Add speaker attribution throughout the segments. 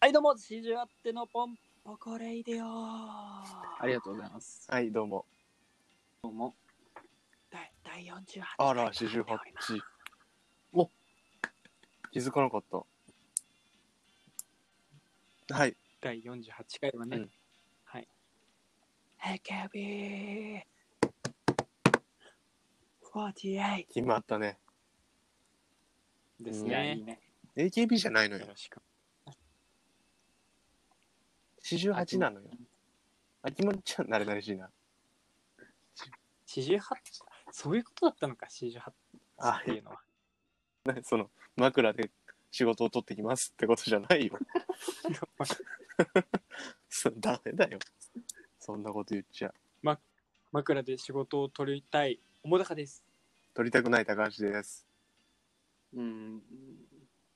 Speaker 1: はい、どうも、四十あってのポンポコレイディオ
Speaker 2: ありがとうございます。
Speaker 3: はい、どうも。
Speaker 2: どうも。
Speaker 1: 第第48回
Speaker 3: あら、四十八。お気づかなかった。はい。
Speaker 2: 第48回はね、
Speaker 3: うん
Speaker 1: ヘケビー48
Speaker 3: 決まったね。
Speaker 2: です
Speaker 3: いや
Speaker 2: ね。
Speaker 1: いい
Speaker 3: AKB じゃないの
Speaker 2: よ
Speaker 3: よ
Speaker 2: ろ。しく。
Speaker 3: 四十八なのよ。あきまりちゃん、慣れ慣れしいな。
Speaker 2: 48、そういうことだったのか、48
Speaker 3: あ
Speaker 2: っていうのは。
Speaker 3: なその、枕で仕事を取ってきますってことじゃ ないよ。 そダメだよ。そんなこと言っちゃ。
Speaker 2: 枕で仕事を取りたい、おもだかです。
Speaker 3: 取りたくない高橋です。
Speaker 4: うん、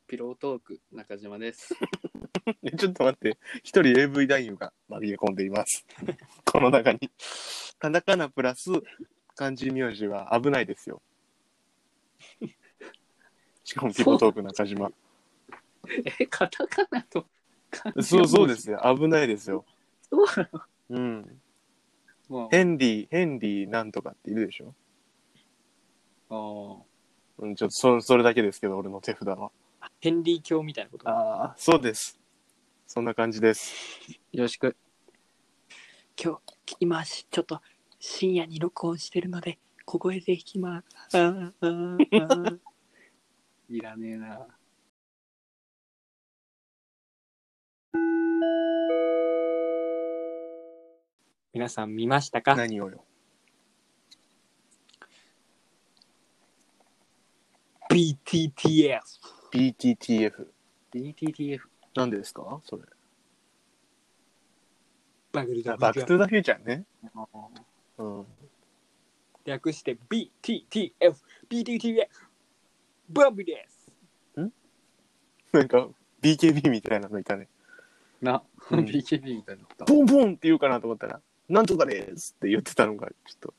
Speaker 4: ピロートーク中島です。
Speaker 3: えちょっと待って、一人 AV 男優が紛れ込んでいます。 この中に。カタカナプラス漢字名字は危ないですよ。 しかもピロトーク中島。
Speaker 4: え、カタカナと漢字。
Speaker 3: そうそうですすよ。危ないですよ。
Speaker 4: そうな
Speaker 3: うん。
Speaker 4: の
Speaker 3: ヘンリー、ヘンリーなんとかっているでしょ
Speaker 4: も
Speaker 3: うん、ちょっとそそれだけですけど、俺の手札は。
Speaker 2: ヘンリー教みたいなこと。
Speaker 3: ああ。そうです。そんな感じです。
Speaker 4: うよろし く。
Speaker 1: 今日、今し、ちょっと深夜に録音してるので、小声で弾きます。あーあーあー
Speaker 4: いらねえな。
Speaker 2: 皆さん見ましたか
Speaker 3: 何をよ。
Speaker 2: ?BTTF。
Speaker 3: BTTF。
Speaker 4: BTTF。
Speaker 3: 何ですかそれ。
Speaker 2: バグルダ
Speaker 3: あバックトゥーザフューチャーね。
Speaker 4: あ
Speaker 3: うん。
Speaker 2: 略して BTTF。BTTF。バブです。
Speaker 3: なんか、BKB みたいなのいたね。
Speaker 4: な、
Speaker 3: うん
Speaker 4: BKB みたいなこと。
Speaker 3: ボンボンって言うかなと思ったら、なんとかですって言ってたのが、ちょっと、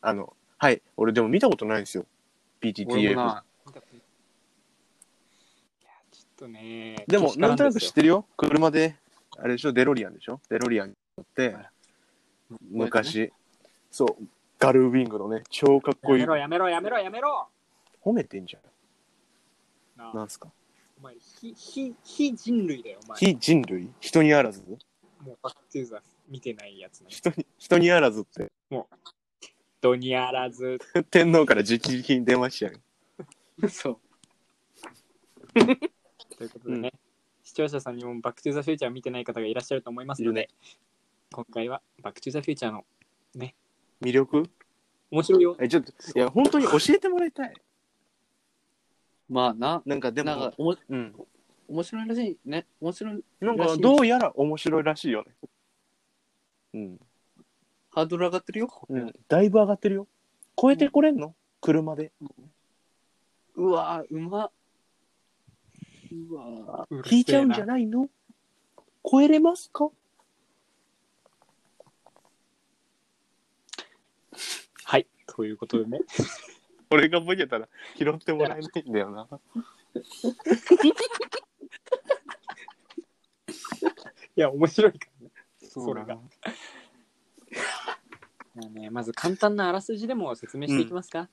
Speaker 3: あの、はい、俺でも見たことないんですよ。
Speaker 4: 俺も
Speaker 3: BTTF。
Speaker 4: ない
Speaker 2: や、ちょっとね。。
Speaker 3: でも、なんとなく知っててるよ。車で、あれでしょ、デロリアンでしょデロリアンに乗って、昔、そう、ガルウィングのね、超かっ
Speaker 2: や
Speaker 3: こい
Speaker 2: め
Speaker 3: い。
Speaker 2: ろ、
Speaker 3: 褒
Speaker 2: やめろ、やめろ、やめろ。
Speaker 3: めてんじゃ。
Speaker 2: なん
Speaker 3: なんすか
Speaker 2: お前、非、非、非人類だよ、お前。
Speaker 3: 非人類人にあらず
Speaker 2: もう、バックトゥーザ見てないやつなの。
Speaker 3: 人に、人にあらずって、
Speaker 2: 人にあらず、
Speaker 3: 天皇から直々に電話しちゃう。
Speaker 4: そう。
Speaker 2: ということでね、視聴者さんにもバックトゥーザフューチャー見てない方がいらっしゃると思いますので、
Speaker 3: い
Speaker 2: 今回はバックトゥーザフューチャーの
Speaker 3: 魅力
Speaker 2: 面白いよ。
Speaker 3: え、ちょっと、いや、本当に教えてもらいたい。
Speaker 4: まあな、
Speaker 3: なんか、で
Speaker 4: なんか
Speaker 3: も、
Speaker 4: おも
Speaker 3: うん。
Speaker 4: 面白いらしいね。面白い。
Speaker 3: なん
Speaker 4: らし
Speaker 3: か
Speaker 4: い
Speaker 3: どうやら面白いらしいよね。うん。
Speaker 4: ハードル上がってるよ。
Speaker 3: うん、だいぶ上がってるよ。超えてこれんの、車で。
Speaker 4: うわぁ、うまっ。うわぁ。
Speaker 3: 聞いちゃうんじゃ
Speaker 2: ない
Speaker 3: ないの超えれますか
Speaker 2: はい、ということでね、
Speaker 3: 俺がボケたら拾ってもらえないんだよな。
Speaker 2: いや、面白いからね。
Speaker 4: そ
Speaker 2: それが。じゃあね、まず簡単なあらすじでも説明していきますか。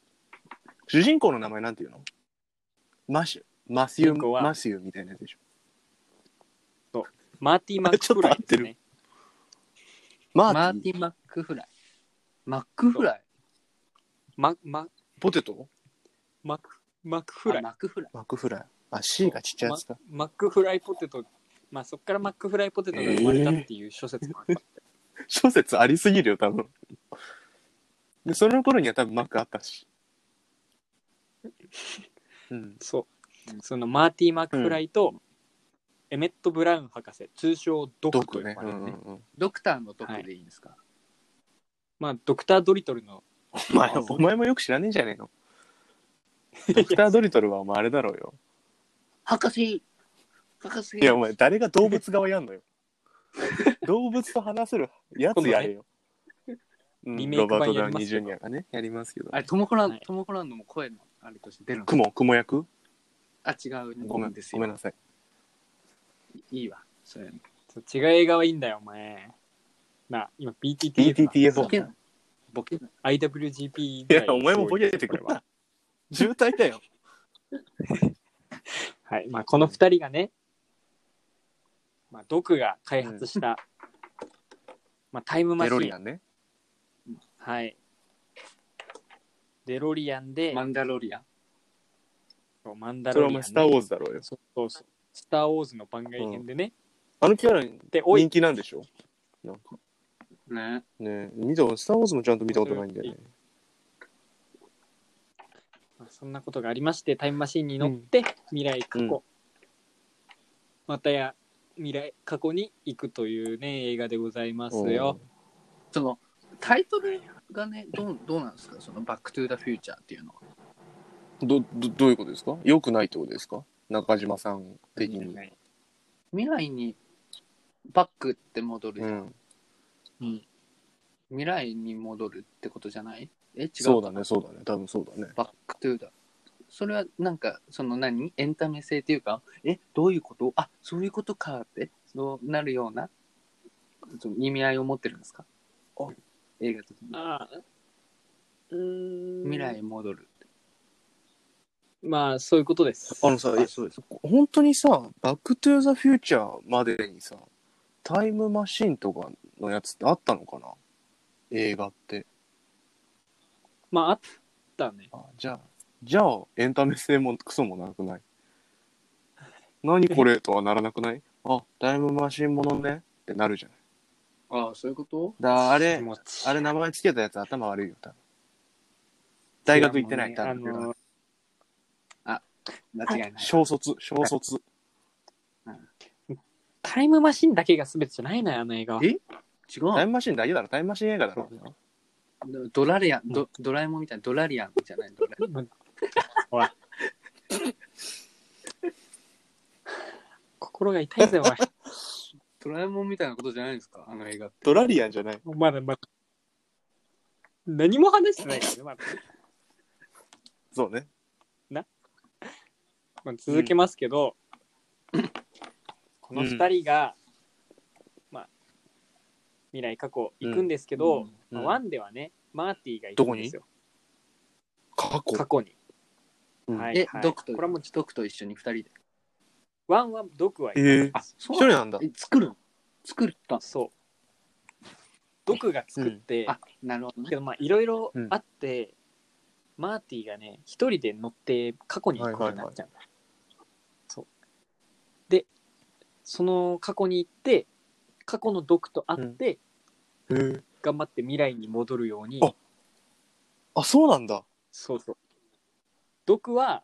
Speaker 3: 主人公の名前なんていうのマシュ。マシュ
Speaker 2: 主人公
Speaker 3: ー、
Speaker 2: は
Speaker 3: マシューみたいなやつでしょ。
Speaker 2: マーティー・マックフライですね。
Speaker 3: マ
Speaker 4: マ
Speaker 3: ー
Speaker 4: ー
Speaker 3: ティ
Speaker 4: ティン・マックフライ。マックフライ
Speaker 2: ママ
Speaker 3: ポテト
Speaker 2: マクマックフラ
Speaker 4: あ
Speaker 2: イ
Speaker 4: マックフライ。
Speaker 3: マックフライ。あ、C がちっちゃいやつか。
Speaker 2: マックフライポテト、まあそこからマックフライポテトが生まれたっていう諸説もあった。
Speaker 3: 小説ありすぎるよ、多分。で、その頃には多分マックあった し。うん。
Speaker 2: そう。そのマーティー・マックフライと、エメット・ブラウン博士、通称ド
Speaker 3: ド
Speaker 2: クと
Speaker 3: ク
Speaker 2: 呼ばれ
Speaker 3: ね。う
Speaker 2: るね、
Speaker 3: んうんうん。
Speaker 4: ドクターのドクでいいんですか
Speaker 2: まあ、ドクター・ドリトルの、
Speaker 3: お前、お前もよく知らねえじゃねえの。 ドクタードリトルはお前あれだろうよ。
Speaker 4: 博士博士
Speaker 3: いや、お前、誰が動物側やん のよ。動物と話せるやつやれよ。う
Speaker 2: リ
Speaker 3: ん、
Speaker 2: メイク
Speaker 3: ロ
Speaker 2: 版
Speaker 3: バート・ダウ
Speaker 2: やりま
Speaker 3: ニー・
Speaker 2: す
Speaker 3: ジ
Speaker 2: け
Speaker 3: ュ
Speaker 2: ど
Speaker 3: ニアがね、やりますけど
Speaker 4: あ。れ、トム・ホラン、
Speaker 2: はい
Speaker 4: トム・ホランドも声のあれとして出るの
Speaker 3: クモ、クモ役
Speaker 4: あ、違う、
Speaker 3: ごめ
Speaker 4: ごめ
Speaker 3: ん
Speaker 4: んです
Speaker 3: ごめん
Speaker 4: よ。
Speaker 3: なさい。
Speaker 4: いいわ。
Speaker 2: そうやねそう違う映画はいいんだよ、お前。なあ、今 BTTF か。
Speaker 3: BTTF
Speaker 4: ボケない。ボケない。
Speaker 2: IWGP
Speaker 3: い
Speaker 2: ぐら
Speaker 3: や
Speaker 2: い、
Speaker 3: お前もボケてくれば。渋滞だよ。
Speaker 2: はい。まあ、この二人がね、まあ、毒が開発した、まあ、タイムマ
Speaker 3: メ
Speaker 2: シ
Speaker 3: ロ
Speaker 2: ン
Speaker 3: リア。ンね。
Speaker 2: はい。デロリアンで、
Speaker 4: マンダロリアン。
Speaker 2: そうマンダ
Speaker 3: それ
Speaker 2: ロリアンね、
Speaker 3: はお前、スター・ウォーズだろうよ。
Speaker 2: そうそうそう。スター・ウォーズの番外編でね。
Speaker 3: あのキャラ
Speaker 2: で、おい
Speaker 3: 人気なんでしょなんか
Speaker 4: ね。
Speaker 3: ね見たスター・ウォーズもちゃんと見たことないんだよね。
Speaker 2: まあそんなことがありまして、タイムマシンに乗って、未来過去、
Speaker 3: うん
Speaker 2: またや未来過去に行くというね、映画でございますよ。
Speaker 4: その、タイトルがね、どうどうなんですかその、バックトゥーザフューチャーっていうのは。
Speaker 3: うんどどどういうことですかよくないってことですか中島さん的に。
Speaker 4: 未来に、バックって戻るじ
Speaker 3: う
Speaker 4: ゃん。
Speaker 3: ん、
Speaker 4: うん未来に戻るってことじゃないえ、違うか
Speaker 3: そうだね、そうだね。多分そうだね。
Speaker 4: バックトゥーだ。それはなんか、その何エンタメ性っていうか、え、どういうことあ、そういうことかって、そうなるようなその意味合いを持ってるんですか
Speaker 3: あ
Speaker 4: 映画的に。
Speaker 2: ああうーん
Speaker 4: 未来へ戻るって。
Speaker 2: まあそういうことです
Speaker 3: あのさ、
Speaker 4: あ、そうです。
Speaker 3: 本当にさ、バックトゥーザフューチャーまでにさ、タイムマシンとかのやつってあったのかな映画って。
Speaker 2: まああったね
Speaker 3: あ、じゃあ、じゃあ、エンタメ性もクソもなくない何これとはならなくないあ、タイムマシンものねってなるじゃない。
Speaker 4: ああ、そういうこと
Speaker 3: だあれ
Speaker 2: 気、持ち
Speaker 3: あれ名前つけたやつ頭悪いよ、多分。大学行ってない、
Speaker 2: いや
Speaker 3: 多
Speaker 2: もう
Speaker 3: 分
Speaker 2: ね。あの
Speaker 4: 間違いない。
Speaker 3: 小卒、小卒。
Speaker 2: タイムマシンだけが全てじゃないのよあの映画は
Speaker 4: え違
Speaker 3: タイ
Speaker 4: う。
Speaker 3: ムマシンだけだろ、タイムマシン映画だろ。
Speaker 4: ドラリアン、ドドラえもんみたいな、ドラリアンじゃない。ドラ
Speaker 2: 心が痛いぜお前
Speaker 4: ドラえもんみたいなことじゃないですかあの映画って。
Speaker 3: ドラリアンじゃない。
Speaker 2: まだまだ何も話してないからね、まだ
Speaker 3: そうね。
Speaker 2: まあ、続けますけど、この2人が、まあ未来過去行くんですけど、
Speaker 4: うん
Speaker 2: まあ
Speaker 3: うん
Speaker 2: ワンではねマーティが行くんですよ
Speaker 3: 過去
Speaker 2: 過。去に、
Speaker 3: うん
Speaker 2: はい
Speaker 4: え
Speaker 2: は、い
Speaker 4: ドクと、
Speaker 2: これはもう
Speaker 4: ドクと一緒に二人で。
Speaker 2: ワンは毒は行く
Speaker 3: えー
Speaker 4: あ、そ
Speaker 3: 一
Speaker 4: う
Speaker 3: 人
Speaker 4: なの
Speaker 3: なんだ。
Speaker 4: え作るの作った。
Speaker 2: そう。毒が作って、
Speaker 4: あ、なるほどね
Speaker 2: け。どまあいろいろあって、マーティがね、一人で乗って過去に行くことになっちゃうんだ。そう。で、その過去に行って、過去の毒と会って、
Speaker 3: えー
Speaker 2: 頑張って未来に戻るように、
Speaker 3: ああ、そうなんだ。
Speaker 2: そうそう。毒は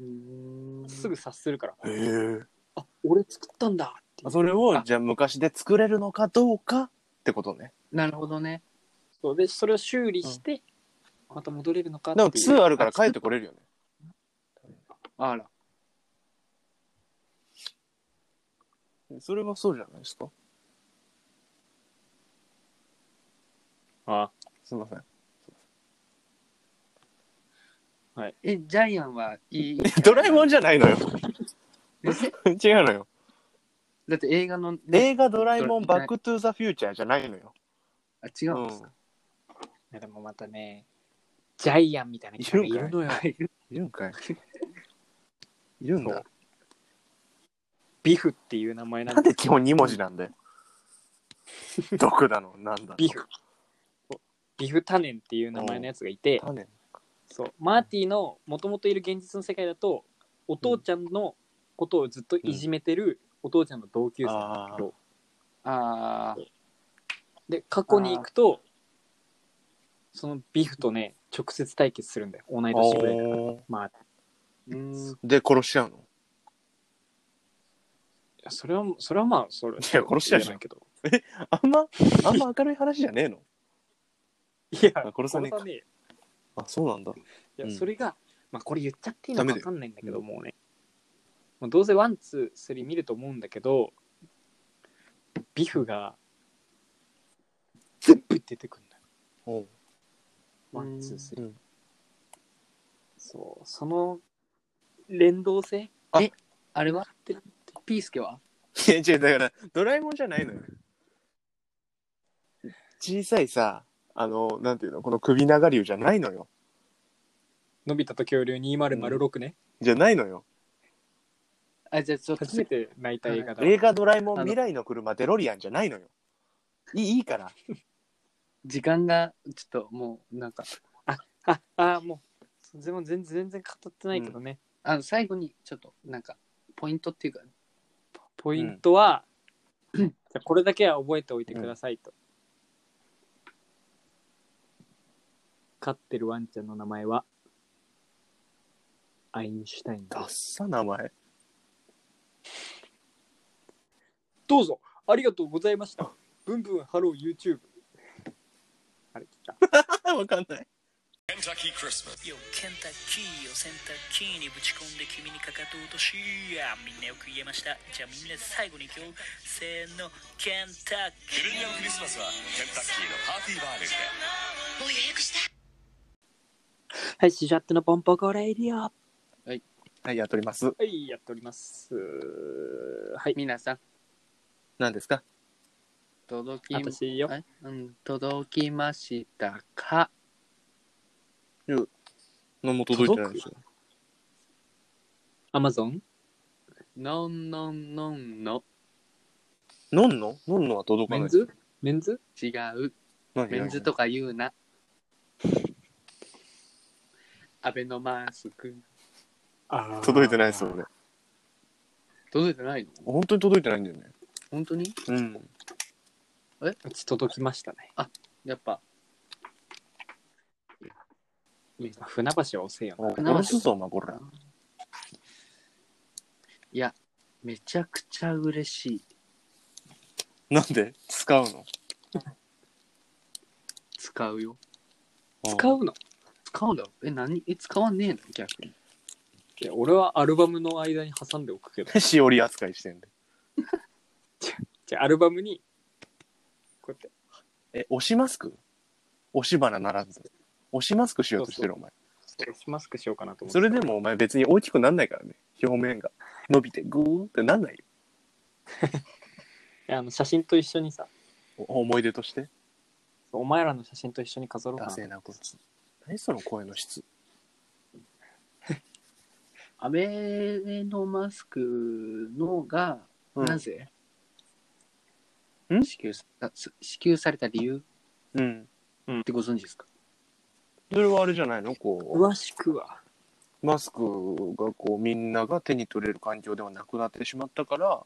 Speaker 4: うーん
Speaker 2: すぐ察するから、
Speaker 3: へえ。
Speaker 2: あ、俺作ったんだっていう。
Speaker 3: それを、じゃあ昔で作れるのかどうかってことね。
Speaker 4: なるほどね。
Speaker 2: そうで、それを修理して、また戻れるのかって
Speaker 3: で
Speaker 2: い
Speaker 3: も
Speaker 2: う。
Speaker 3: 2あるから帰ってこれるよね。
Speaker 4: あら。
Speaker 3: それはそうじゃないですか。
Speaker 2: あ
Speaker 3: すいません。
Speaker 4: え、ジャイアンはいい
Speaker 3: ドラえもんじゃないのよ。
Speaker 4: え
Speaker 3: 違うのよ。
Speaker 4: だって映画の、
Speaker 3: 映画ドラえもんバックトゥーザフューチャーじゃないのよ。
Speaker 4: あ違うんですか、
Speaker 2: いやでもまたね、ジャイアンみたいな人がいるのよ。
Speaker 3: いるんかい。いるん
Speaker 2: そう
Speaker 3: だ。
Speaker 2: ビフっていう名前な
Speaker 3: なんん
Speaker 2: で
Speaker 3: で基本2文字なんだ よ。毒だの、なんだの。
Speaker 2: ビフ。ビフタネンっていう名前のやつがいて、
Speaker 3: 種
Speaker 2: そうマーティのもともといる現実の世界だと、お父ちゃんのことをずっといじめてるお父ちゃんの同級生なんだけど、
Speaker 4: ああ、
Speaker 2: で、過去に行くと、そのビフとね、直接対決するんだよ。同い年ぐらい。
Speaker 3: おー
Speaker 2: まあ、
Speaker 4: うーん。
Speaker 3: で、殺し合うの。
Speaker 2: それは、それはまあ、それ。い
Speaker 3: や殺しちゃうじゃん
Speaker 2: けど。
Speaker 3: あんま、あんま明るい話じゃねえの
Speaker 2: いや、
Speaker 3: あ殺さねえか
Speaker 2: えよ
Speaker 3: あ、そうなんだ。
Speaker 2: いや、
Speaker 3: うん
Speaker 2: それが、まあこれ言っちゃっていいの
Speaker 3: ダ
Speaker 2: か分
Speaker 3: メだよ
Speaker 2: かんないんだけど、もうね、もうどうせワン、ツー、スリー見ると思うんだけど、ビフが全部出てくるんだよ。
Speaker 3: おう
Speaker 2: ワン、ツー、スリー。
Speaker 3: うん
Speaker 2: そう、その連動性
Speaker 4: あれはピースケは
Speaker 3: 違う違う、だから、ドラえもんじゃないのよ。小さいさ、あの、なんていうの、この首長竜じゃないのよ。
Speaker 2: のび太と恐竜2006ね。
Speaker 3: じゃないのよ。
Speaker 4: あ、じゃあちょっと
Speaker 2: 初めて泣いた映画だ。
Speaker 3: 映画ドラえも
Speaker 4: あ
Speaker 3: ん
Speaker 4: の
Speaker 3: 未来の車デロリアンじゃないのよ。いいいいから。
Speaker 4: 時間が、ちょっともう、なんか、
Speaker 2: あ、あ、もう、全然、全然語ってないけどね。
Speaker 4: あの、最後に、ちょっと、なんか、ポイントっていうか、
Speaker 2: ポイントは、じゃあこれだけは覚えておいてくださいと。飼ってるワンちゃんの名前は、アインシュタイン
Speaker 3: ダッ
Speaker 2: だ。
Speaker 3: サ名前。
Speaker 2: どうぞ、ありがとうございました。ブンブンハロー YouTube。あれ、来た。
Speaker 3: わかんない。
Speaker 5: Kentucky Christmas.
Speaker 6: よケンタッキーをセンタッキーにぶち込んで君にかかと落としやみんなよく言えましたじゃあみんなで最後に今日せーのケンタッ
Speaker 5: ミ
Speaker 6: キー
Speaker 5: レニアムクリスマスはケンタッキーのパーティーバーレルで
Speaker 1: はい、シジャットのポンポコレイディオ。
Speaker 3: はい、やっております。
Speaker 2: はい、やっております。はい、
Speaker 4: 皆さん、
Speaker 3: 何ですか
Speaker 4: 届き、
Speaker 2: 私よ。
Speaker 4: あうん、届きましたか
Speaker 3: 何も届いてないですよ。
Speaker 2: アマゾン
Speaker 4: のんのんのんの、
Speaker 3: 飲んの飲んのは届か
Speaker 2: メ
Speaker 3: な
Speaker 2: ン
Speaker 3: いです。
Speaker 2: ズメンズ
Speaker 4: 違う、
Speaker 3: 何
Speaker 4: メンズとか言うな。アベノマスク。
Speaker 2: あ
Speaker 3: 届いてないですよ、俺。
Speaker 4: 届いてないの
Speaker 3: 本当に届いてないんだよね。
Speaker 4: 本当に
Speaker 3: うん。
Speaker 2: うち届きましたね。
Speaker 4: やっぱ、
Speaker 2: 船橋は遅いよな。
Speaker 3: 殺すぞ、お前、こら。
Speaker 4: いや、めちゃくちゃ嬉しい。
Speaker 3: なんで使うの
Speaker 4: 使うよ。
Speaker 2: 使うの
Speaker 4: 使うんだろえ、何え、使わねえの逆に。
Speaker 2: いや俺はアルバムの間に挟んでおくけど。
Speaker 3: んしおり扱いしてんで。
Speaker 2: じゃあアルバムに、こうやって、
Speaker 3: え、押しマスク押し花ならず。押しマスクしようとしてる、お前。
Speaker 2: フェスマスクしようかなと思って。
Speaker 3: それでもお前別に大きくなんないからね。表面が。伸びてグーってなんないよ。
Speaker 2: いやあの写真と一緒にさ、
Speaker 3: お思い出として。
Speaker 2: お前らの写真と一緒に飾ろうか
Speaker 3: ダセ
Speaker 2: な。
Speaker 3: えな、こいつ。何その声の質。
Speaker 4: アベノマスクのが、
Speaker 3: うん
Speaker 4: なぜ
Speaker 3: ん
Speaker 4: 支給さあす支給された理由
Speaker 3: うん。
Speaker 4: ってご存知ですか
Speaker 3: それはあれじゃないのこ
Speaker 2: 詳しくは。
Speaker 3: う、マスクがこう、みんなが手に取れる環境ではなくなってしまったから、
Speaker 4: は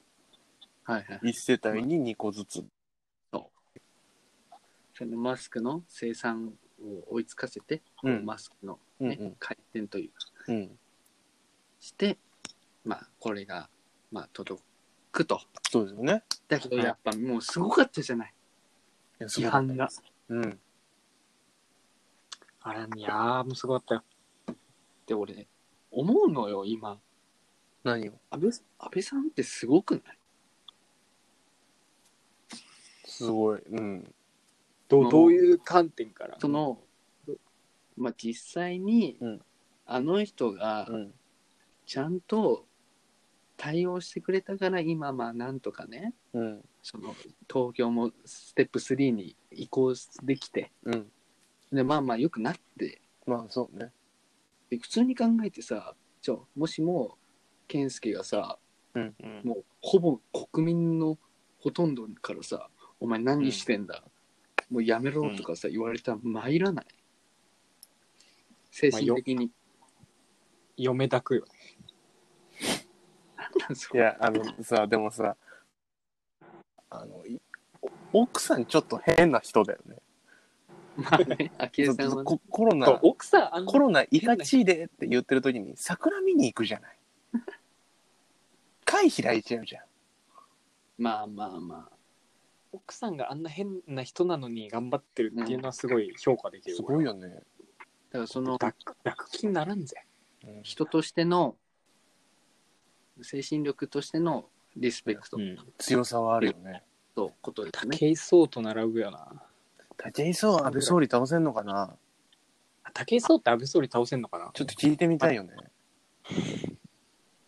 Speaker 4: いはい。
Speaker 3: 一世帯に2個ずつ。
Speaker 4: そのマスクの生産を追いつかせて、
Speaker 3: うん
Speaker 4: マスクの、
Speaker 3: うん
Speaker 4: ね回転というか
Speaker 3: うん。うん。
Speaker 4: して、まあ、これが、まあ、届くと。
Speaker 3: そうですよね。
Speaker 4: だけど、
Speaker 3: はい
Speaker 4: やっぱもうすごかったじゃない。
Speaker 3: いやす
Speaker 4: 批
Speaker 3: ごかった
Speaker 4: 判が。
Speaker 3: うん。
Speaker 2: あれ、いやー、もうすごかったよ。
Speaker 4: で、俺、思うのよ、今。
Speaker 3: 何を
Speaker 4: 安倍安倍さんってすごくない
Speaker 3: すごい。うん。
Speaker 2: ど
Speaker 4: も
Speaker 2: う
Speaker 4: う
Speaker 2: どういう観点から
Speaker 4: その、まあ、実際に、
Speaker 3: うん
Speaker 4: あの人が
Speaker 3: うん。
Speaker 4: ちゃんと対応してくれたから、今、まあ、なんとかね、
Speaker 3: うん。
Speaker 4: その、東京もステップ3に移行できて、
Speaker 3: うん。
Speaker 4: で、まあまあ、良くなって、
Speaker 3: まあ、そうね。
Speaker 4: で普通に考えてさじゃあもしも健介がさ
Speaker 3: うん。うん。
Speaker 4: もうほぼ国民のほとんどからさ「お前何してんだ、もうやめろ」とかさ、言われたら参らない精神的に、
Speaker 2: 嫁抱くよ。
Speaker 4: なんなん そ
Speaker 3: い
Speaker 4: れ
Speaker 3: や、あのさ、でもさ、あの、い奥さんちょっと変な人だよね。
Speaker 4: まあね昭恵さんは、ね、
Speaker 3: こコロナ
Speaker 2: と、奥さん、あの
Speaker 3: コ、ロナいかちいでって言ってる時に桜見に行くじゃ ない。会開いちゃうじゃん。
Speaker 4: まあまあまあ
Speaker 2: 奥さんがあんな変な人なのに頑張ってるっていうのはすごい評価できる。
Speaker 3: すごいよね。
Speaker 4: だからその
Speaker 2: 抱く抱く気にならんぜ。
Speaker 3: うん
Speaker 4: 人としての精神力としてのリスペクト
Speaker 3: 強さはあるよね。
Speaker 4: とことですね、
Speaker 2: 竹井壮と並ぶよな。
Speaker 3: 武井壮、安倍総理倒せんのかな
Speaker 2: あ武井壮って安倍総理倒せんのかな
Speaker 3: ちょっと聞いてみたいよね。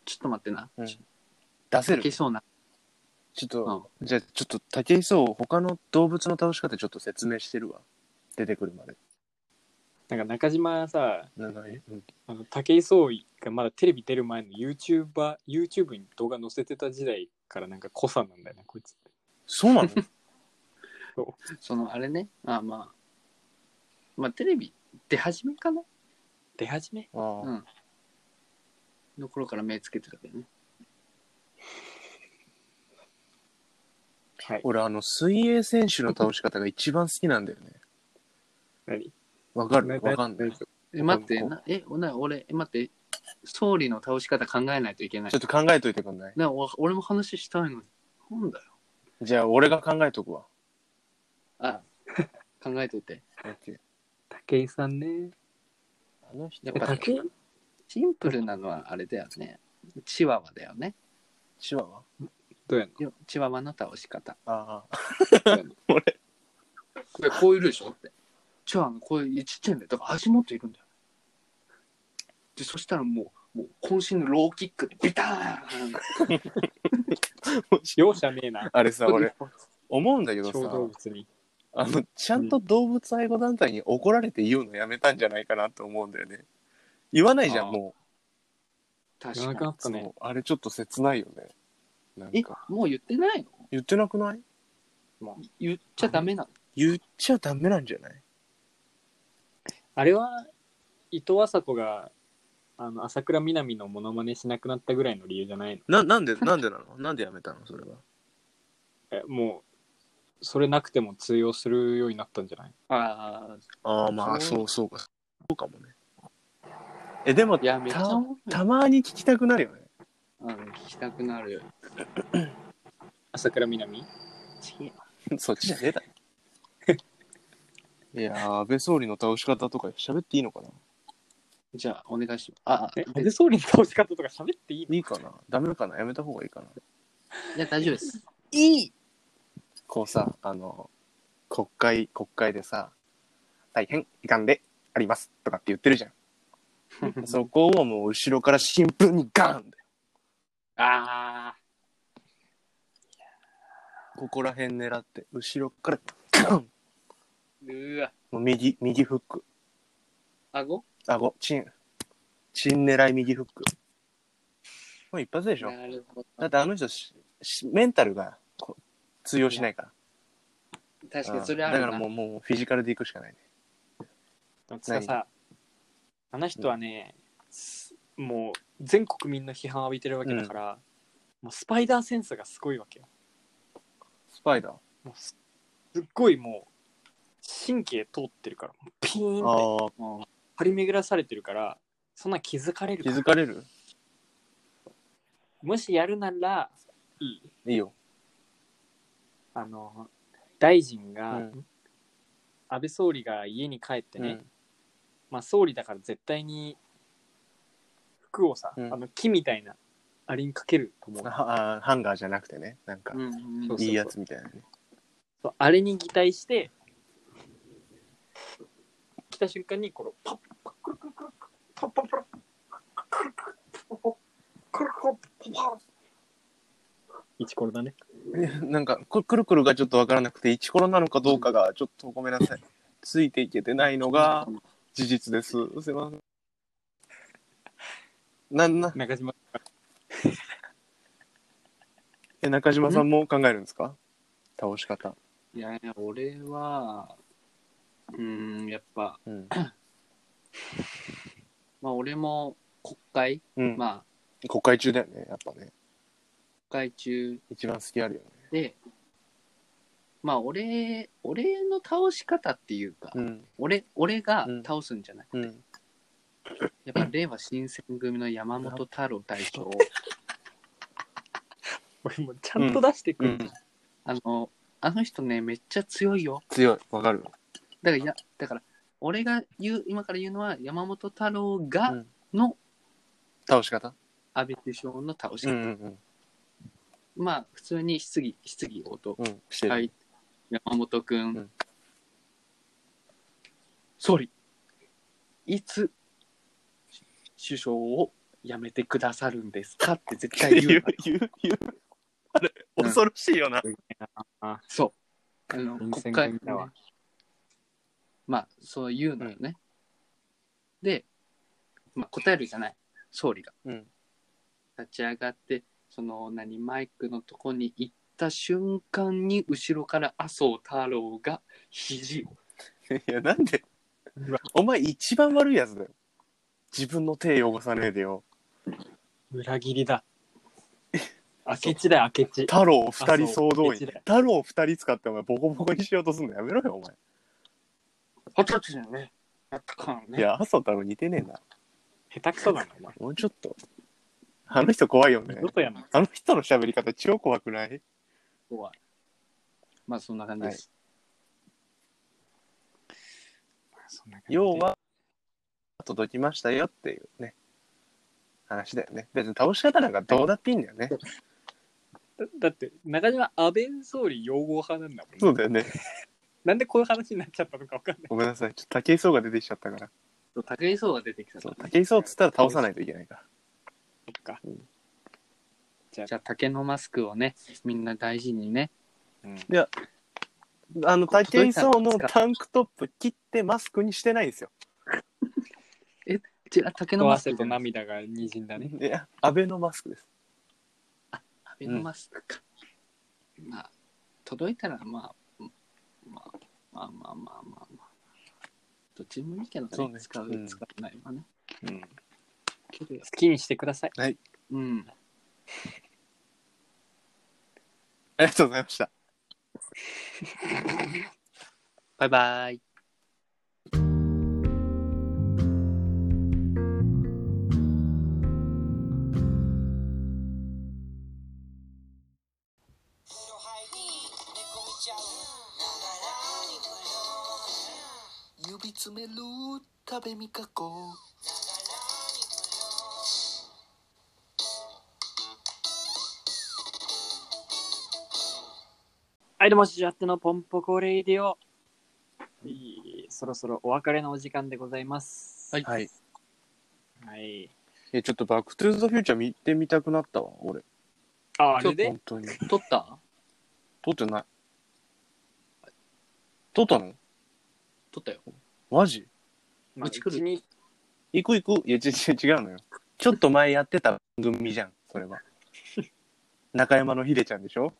Speaker 4: ちょっと待ってな、
Speaker 3: うん出せ
Speaker 4: いけ
Speaker 3: る
Speaker 4: そうな
Speaker 3: ちょっと、じゃあちょっと武井壮を他の動物の倒し方ちょっと説明してるわ出てくるまで
Speaker 2: なんか中島さ
Speaker 3: ななえうん
Speaker 2: あの武井壮がまだテレビ出る前の YouTuber YouTube に動画載せてた時代からなんか濃さなんだよねこいつ
Speaker 3: そう なの
Speaker 4: そのあれね、あまあ、まあテレビ出始めかな
Speaker 2: 出始め
Speaker 3: ああ、
Speaker 4: うんの頃から目つけてたけどね。
Speaker 2: はい
Speaker 3: 俺あの水泳選手の倒し方が一番好きなんだよね
Speaker 2: 何
Speaker 3: わかるわかんないち
Speaker 4: え、待って、
Speaker 3: こう
Speaker 4: なえ、な俺、え、待って、総理の倒し方考えないといけない
Speaker 3: ょっ。と考えといてくんない
Speaker 4: なお俺も話したいのに。なんだよ。
Speaker 3: じゃあ俺が考えとくわ
Speaker 4: あ、 考えといて。
Speaker 3: オッケー
Speaker 2: 武井さんね
Speaker 3: あの人
Speaker 4: やっぱ
Speaker 2: 武井
Speaker 4: シンプルなのはあれだよね。チワワだよね。
Speaker 3: チワワ
Speaker 2: どうやんの
Speaker 4: よチワワの倒し方。
Speaker 3: ああ
Speaker 4: これこういるでしょって。チワワのこういうちっちゃいんだよ。だから足元いるんだよ。で、そしたらもう、もう渾身のローキックでビターン
Speaker 2: 容赦ねえな
Speaker 3: あれさ俺思うんだけど
Speaker 2: 小動
Speaker 3: さ
Speaker 2: 物に
Speaker 3: あのちゃんと動物愛護団体に怒られて言うのやめたんじゃないかなと思うんだよね言わないじゃ
Speaker 4: ああ
Speaker 3: んも
Speaker 4: 確
Speaker 2: 言わなく
Speaker 4: か
Speaker 2: な
Speaker 4: に
Speaker 2: った
Speaker 3: う、
Speaker 2: ね
Speaker 3: そうあれちょっと切ないよねなん
Speaker 4: え
Speaker 3: か
Speaker 4: もう言ってないの
Speaker 3: 言ってなくない
Speaker 4: 言っちゃダメなの
Speaker 3: 言っちゃダメなんじゃない
Speaker 2: あれは伊藤麻子があの朝倉みなみのモノマネしなくなったぐらいの理由じゃないの
Speaker 3: ななんでなんでなの なんでやめたのそれは
Speaker 2: えもうそれなくても通用するようになったんじゃない
Speaker 4: あ
Speaker 3: ああまあ
Speaker 4: そう
Speaker 3: そうそうかそうかもねえでも
Speaker 4: あいやめっちゃ
Speaker 3: た
Speaker 4: 思うよ
Speaker 3: たまに聞きたくなるよね
Speaker 4: うん聞きたくなるよ
Speaker 2: 朝倉みなみ
Speaker 3: そっちじゃねえだろ。 いやー、安倍総理の倒し方とか喋っていいのかな
Speaker 4: じゃあお願いしますああ
Speaker 2: え
Speaker 4: え
Speaker 2: 安倍総理の倒し方とか喋っていいの
Speaker 3: いいかなダメかなやめた方がいいかない
Speaker 4: や大丈夫です
Speaker 3: こうさ、あの、国会、国会でさ、大変遺憾でありますとかって言ってるじゃん。そこをもう後ろから新聞にガーンって
Speaker 4: ああ
Speaker 3: ここら辺狙って、後ろからガーン
Speaker 4: うわ
Speaker 3: もう右、右フック。
Speaker 4: 顎
Speaker 3: 顎、チン。チン狙い右フック。もう一発でしょ
Speaker 4: なる
Speaker 3: だ
Speaker 4: ほ
Speaker 3: っ
Speaker 4: ど
Speaker 3: てあの人ししメンタルがこう通用しないから。
Speaker 4: 確か
Speaker 3: う
Speaker 4: に
Speaker 3: ん
Speaker 4: それある
Speaker 3: だか
Speaker 4: な
Speaker 3: らもうもうフィジカルで行くしかないね。
Speaker 2: でもつかさあの人はね、すもう全国民の批判を浴びてるわけだから、もうスパイダーセンスがすごいわけよ
Speaker 3: スパイダー。
Speaker 2: もうすすっごいもう神経通ってるからピーンって
Speaker 3: ああ、
Speaker 2: 張り巡らされてるからそんな気づかれる
Speaker 3: 気
Speaker 2: か
Speaker 3: づかれる
Speaker 2: もしやるならいい
Speaker 3: いいよ。
Speaker 2: あの大臣
Speaker 3: う
Speaker 2: が、
Speaker 3: ん。
Speaker 2: 安倍総理が家に帰って
Speaker 3: う
Speaker 2: ね、
Speaker 3: ん
Speaker 2: まあ総理だから絶対に服をさ、
Speaker 3: うん
Speaker 2: あの木みたいなあれにかけると思う
Speaker 3: ああハ ンガーじゃなくてね、なんか
Speaker 4: う、んうん
Speaker 2: そう
Speaker 3: いいやつみたいなね。
Speaker 2: そうあれに擬態して来た瞬間にこのパッパックルクルクルパッパッパックルクルクルクルクルイチコロだね
Speaker 3: なんか、くくるくるがちょっとわからなくて、イチコロなのかどうかが、ちょっとごめんなさい。 ついていけてないのが事実です。すいません。なんな、
Speaker 2: 中島
Speaker 3: え、中島さんも考えるんですか倒し方。
Speaker 4: いやいや俺はうーんやっぱ
Speaker 3: うん。
Speaker 4: まあ俺も国会
Speaker 3: うん。
Speaker 4: まあ
Speaker 3: 国会中だよね、やっぱね。
Speaker 4: 国会中
Speaker 3: 一番好きあるよね。
Speaker 4: でまあ俺俺の倒し方っていうか、
Speaker 3: うん。
Speaker 4: 俺俺が
Speaker 3: うん
Speaker 4: 倒すんじゃない、
Speaker 3: うん。
Speaker 4: やっぱ令和新選組の山本太郎大将を
Speaker 2: 俺もちゃんと出してく
Speaker 3: う
Speaker 2: る、
Speaker 3: ん。
Speaker 4: あの、あの人ね、めっちゃ強いよ。
Speaker 3: 強い。わかる。
Speaker 4: だから、やだから俺が言う、今から言うのは、山本太郎が、
Speaker 3: うん
Speaker 4: の
Speaker 3: 倒し方
Speaker 4: 安倍首相の倒し
Speaker 3: う
Speaker 4: 方。
Speaker 3: んうん
Speaker 4: まあ、普通に質疑、質疑応答
Speaker 3: う。ん。うん。してる。
Speaker 4: はい。山本君、
Speaker 3: うん
Speaker 4: 総理、いつ、首相を辞めてくださるんですかって絶対言う
Speaker 3: 言
Speaker 4: の
Speaker 3: う
Speaker 4: よ。
Speaker 3: 言う言うあれ
Speaker 4: うん
Speaker 3: 恐ろしいよな。
Speaker 4: そう。あの、
Speaker 2: 臨戦
Speaker 4: 国
Speaker 2: 組
Speaker 4: 会、
Speaker 2: だわ
Speaker 4: ねまあ、そういうのよね。で、まあ、答えるじゃない、総理が。
Speaker 3: うん
Speaker 4: 立ち上がって、その、何、マイクのとこに行った瞬間に、後ろから麻生太郎が肘を。
Speaker 3: いや、なんでお前一番悪いやつだよ。自分の手汚さねえでよ。
Speaker 2: 裏切りだ。明智だよ、明智。
Speaker 3: 太郎二人総動
Speaker 2: あそう
Speaker 3: 員。太郎二人使ってお前ボコボコにしようとすんのやめろよ、お前。
Speaker 4: あたちだよね。やったからね。
Speaker 3: いや、麻生太郎似てねえな。
Speaker 2: 下手くそだな、お前。
Speaker 3: もうちょっと。あの人怖いよね
Speaker 2: ど。こやな。
Speaker 3: あの人の喋り方超怖くない
Speaker 4: 怖い。まあ、そんな感じです。
Speaker 2: そんな感じで
Speaker 3: 要、は、届きましたよっていうね、話だよね。別に倒し方なんかどうだっていいんだよね。
Speaker 2: だだって、中島安倍総理擁護派なんだもん、
Speaker 3: そうだよね。
Speaker 2: なんでこういう話になっちゃったのかわかんない。
Speaker 3: ごめんなさい。ちょっと武井壮が出てきちゃったから。
Speaker 4: 武井壮が出てきた
Speaker 3: そ
Speaker 4: か
Speaker 3: う
Speaker 4: らね
Speaker 3: 武井壮っつったら倒さないといけないから。
Speaker 2: そっか。
Speaker 4: じゃあ、竹のマスクをね、みんな大事にね。
Speaker 3: あの、武井壮のタンクトップ切ってマスクにしてないんですよ。
Speaker 4: じゃあ、竹の
Speaker 2: と
Speaker 4: マス
Speaker 2: 汗
Speaker 4: ク
Speaker 2: と
Speaker 4: じゃない。
Speaker 2: 涙が滲んだね。
Speaker 3: いや、安倍のマスクです。
Speaker 4: 竹のマスクか。まあ、届いたら、まあ、まあ、まあまあまあまあまあ、どっちでもいいけど
Speaker 3: そう
Speaker 4: ね、
Speaker 3: ね
Speaker 4: 使う、
Speaker 3: うん
Speaker 4: 使わないはね。
Speaker 3: うん。
Speaker 4: けど
Speaker 2: 好きにしてください。
Speaker 4: うん。
Speaker 3: ありがとうございました。
Speaker 4: バイバイ。
Speaker 7: 指詰める食べみかこ
Speaker 2: はい、どうも、シュアットのポンポコレイディオ。いいそろそろお別れのお時間でございます。
Speaker 4: はい
Speaker 3: はい。
Speaker 2: はい。
Speaker 3: え、ちょっとバックトゥーザフューチャー見てみたくなったわ、俺。
Speaker 2: あ、あれで
Speaker 3: 本当に。
Speaker 4: 撮った
Speaker 3: 撮ってない。撮ったの
Speaker 4: 撮ったよ。
Speaker 3: マジ
Speaker 2: まあ
Speaker 4: うち来る
Speaker 2: うちに
Speaker 3: 行く行く。いや、ちち違うのよ。ちょっと前やってた番組じゃん、そ れは。中山のひでちゃんでしょ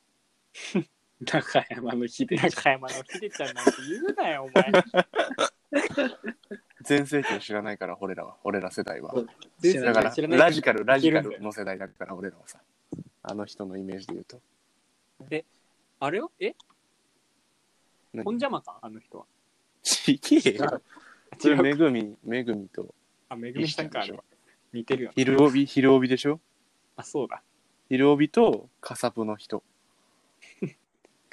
Speaker 2: 中山の秀中山の秀ちゃんなんて言うなよ、 お前。
Speaker 3: 全盛期を知らないから、俺らは。俺ら世代は。
Speaker 4: 知
Speaker 3: だ
Speaker 4: ら
Speaker 3: か
Speaker 4: ない
Speaker 3: ら
Speaker 2: 知ら、ない
Speaker 3: ラジカル、ラジカ
Speaker 2: いける
Speaker 3: ルの世代だから、俺らはさ。あの人のイメージで言うと。
Speaker 2: あれよえ
Speaker 3: 何
Speaker 2: 本邪魔かあの人は。
Speaker 3: ちげえよ。それ、めぐみ、めぐみと、
Speaker 2: あ、めぐみ
Speaker 3: い
Speaker 2: さ
Speaker 3: ちゃ
Speaker 2: ん
Speaker 3: ん
Speaker 2: か、
Speaker 3: で
Speaker 2: あ
Speaker 3: し
Speaker 2: れ
Speaker 3: ょ。
Speaker 2: 似てるよね。
Speaker 3: 昼帯、昼帯でしょ
Speaker 2: あ、そうだ。
Speaker 3: 昼帯と、 カサプの人。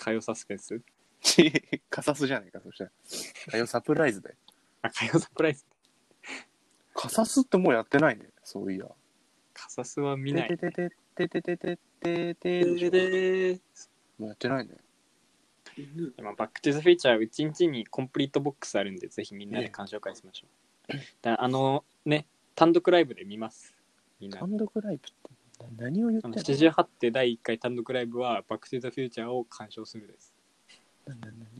Speaker 2: 火曜サスペンス
Speaker 3: ちカサスじゃないか、そしたら。あよ、サプライズだよ。
Speaker 2: あ、火曜サプライズ。
Speaker 3: カサスってもうやってないね、そういや。
Speaker 2: カサスは見ない。
Speaker 3: てててててててててでしょもうやってないね。
Speaker 2: まあ、バック・トゥ・ザ・フューチャー1日にコンプリートボックスあるんでぜひみんなで鑑賞会しましょう、だあのね単独ライブで見ますみんな
Speaker 3: 単独ライブって何を言って
Speaker 2: あ
Speaker 3: ん
Speaker 2: の
Speaker 3: の
Speaker 2: 78って第1回単独ライブはバック・トゥ・ザ・フューチャーを鑑賞するです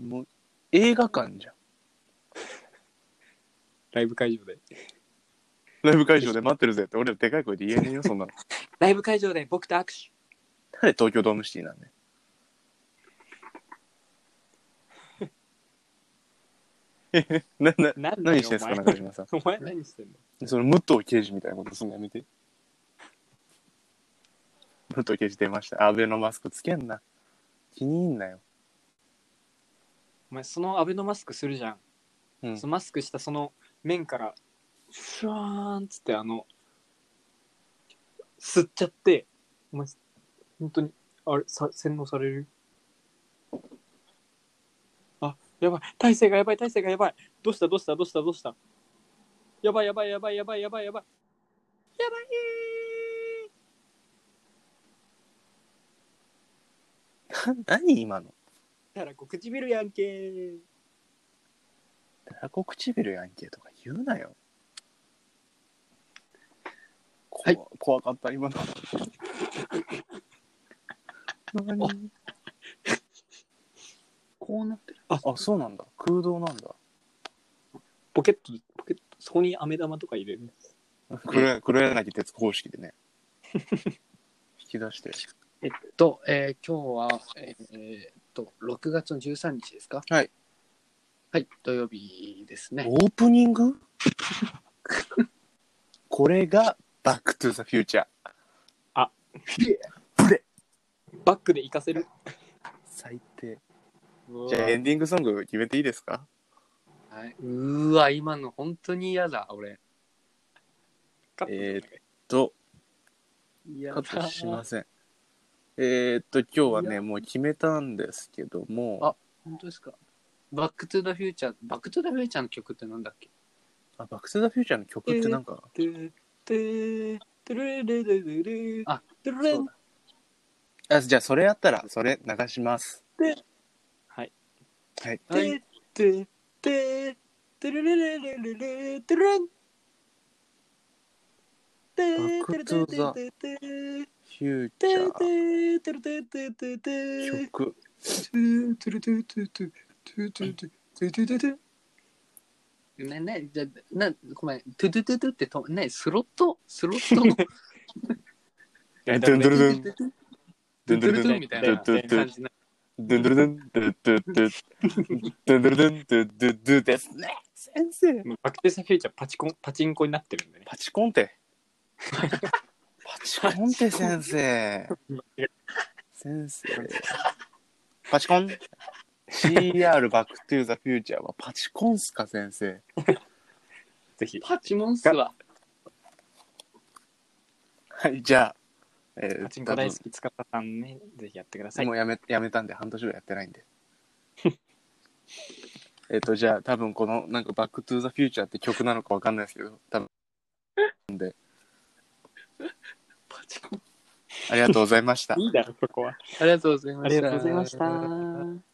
Speaker 3: もう映画館じゃん。
Speaker 2: ライブ会場で
Speaker 3: ライブ会場で待ってるぜって俺らでかい声で言えねえよ、そんなの。
Speaker 2: ライブ会場で僕と握手
Speaker 3: なんで東京ドームシティなんで。え な、な、
Speaker 2: 何
Speaker 3: 何してんすか、中島さん。
Speaker 2: お前何してんの
Speaker 3: その武藤刑事みたいなことすんのやめて。武藤刑事出ました。アベノマスクつけんな。気に入んなよ。
Speaker 2: お前そのアベノマスクするじゃん、
Speaker 3: うん
Speaker 2: そのマスクしたその面からシュワーンっつってあの吸っちゃってお前本当にあれさ洗脳されるあやばい体勢がやばい体勢がやばいどうしたどうしたどうしたどうしたやばいやばいやばいやばいやばいやばいやばい
Speaker 3: 何今の
Speaker 2: たらこ唇やんけー
Speaker 3: たらこ唇やんけとか言うなよ。こわ怖かった今の。
Speaker 4: こうなってる。
Speaker 3: あ、そうなんだ。空洞なんだ。
Speaker 2: ポケット、ポケット、そこに飴玉とか入れる。
Speaker 3: 黒黒柳徹子方式で ね。引き出して。
Speaker 4: えっと、えー今日は、えーえーっと、6月の13日ですか
Speaker 3: はい。
Speaker 4: はい、土曜日ですね。
Speaker 3: オープニング これが、バックトゥザフューチャー。
Speaker 2: バックで行かせる。
Speaker 3: 最低。
Speaker 2: うわ
Speaker 3: じゃあエンディングソング決めていいですか
Speaker 4: はいうーわ、今の本当に嫌だ、俺。
Speaker 2: カット
Speaker 3: えーっと、
Speaker 4: 嫌
Speaker 3: カ
Speaker 4: だ。
Speaker 3: ットしません。えーっと、今日はね、もう決めたんですけども、
Speaker 4: 本当ですかバックトゥザフューチャー、バックトゥザフューチャーの曲ってなんだっけ
Speaker 3: あバックス・ザ・フューチャーの曲ってなんか、
Speaker 2: トゥトゥトゥルルルルル
Speaker 4: あ
Speaker 2: トゥルル
Speaker 4: そう
Speaker 2: ン
Speaker 4: だ
Speaker 3: あじゃあそれやったら、それ流します。
Speaker 2: はい。
Speaker 3: はい。
Speaker 2: トゥトゥトゥトゥルルルルルルトゥルルンバ
Speaker 3: ックトゥザフューチャー曲。
Speaker 4: ねね、じゃな、ごめん、トゥトゥトゥトゥってと、ね、スロット、スロットの、
Speaker 3: ドゥンドゥルドゥン、
Speaker 4: ド
Speaker 3: ドゥン
Speaker 4: ゥンド
Speaker 3: ド
Speaker 4: ゥ
Speaker 3: ゥル
Speaker 4: ル
Speaker 3: ドゥ
Speaker 4: ドゥン
Speaker 3: ン
Speaker 4: みたいな感じな。
Speaker 3: ドゥンドゥルドゥン、ドゥドゥドゥ、ドゥンドゥルドゥン、ドゥドゥドゥですね。先生。
Speaker 2: ック・トゥ・ザ・フューチャーパチコンパチンコになってるんでね。
Speaker 3: パチコンテ。パチコンテ先生。先生。パチコン ?CR バックトゥーザフューチャーはパチコンっすか先生。
Speaker 2: ぜひ。
Speaker 4: パチモンスは、
Speaker 3: はい、じゃあ、えー
Speaker 2: パチンコ大好き塚田さんね、ぜひやってくだ
Speaker 3: 多
Speaker 2: さい。
Speaker 3: 分もうやめやめたんで、半年ぐらいやってない んで。えっと、じゃあ、多分この、なんか、バックトゥーザフューチャーって曲なのかわかんないですけど、多分
Speaker 4: パチコン。
Speaker 3: ありがとうございました。
Speaker 2: いいだろ、そこは。
Speaker 4: ありがとうございま
Speaker 2: あ
Speaker 4: した。
Speaker 2: りがとうございました。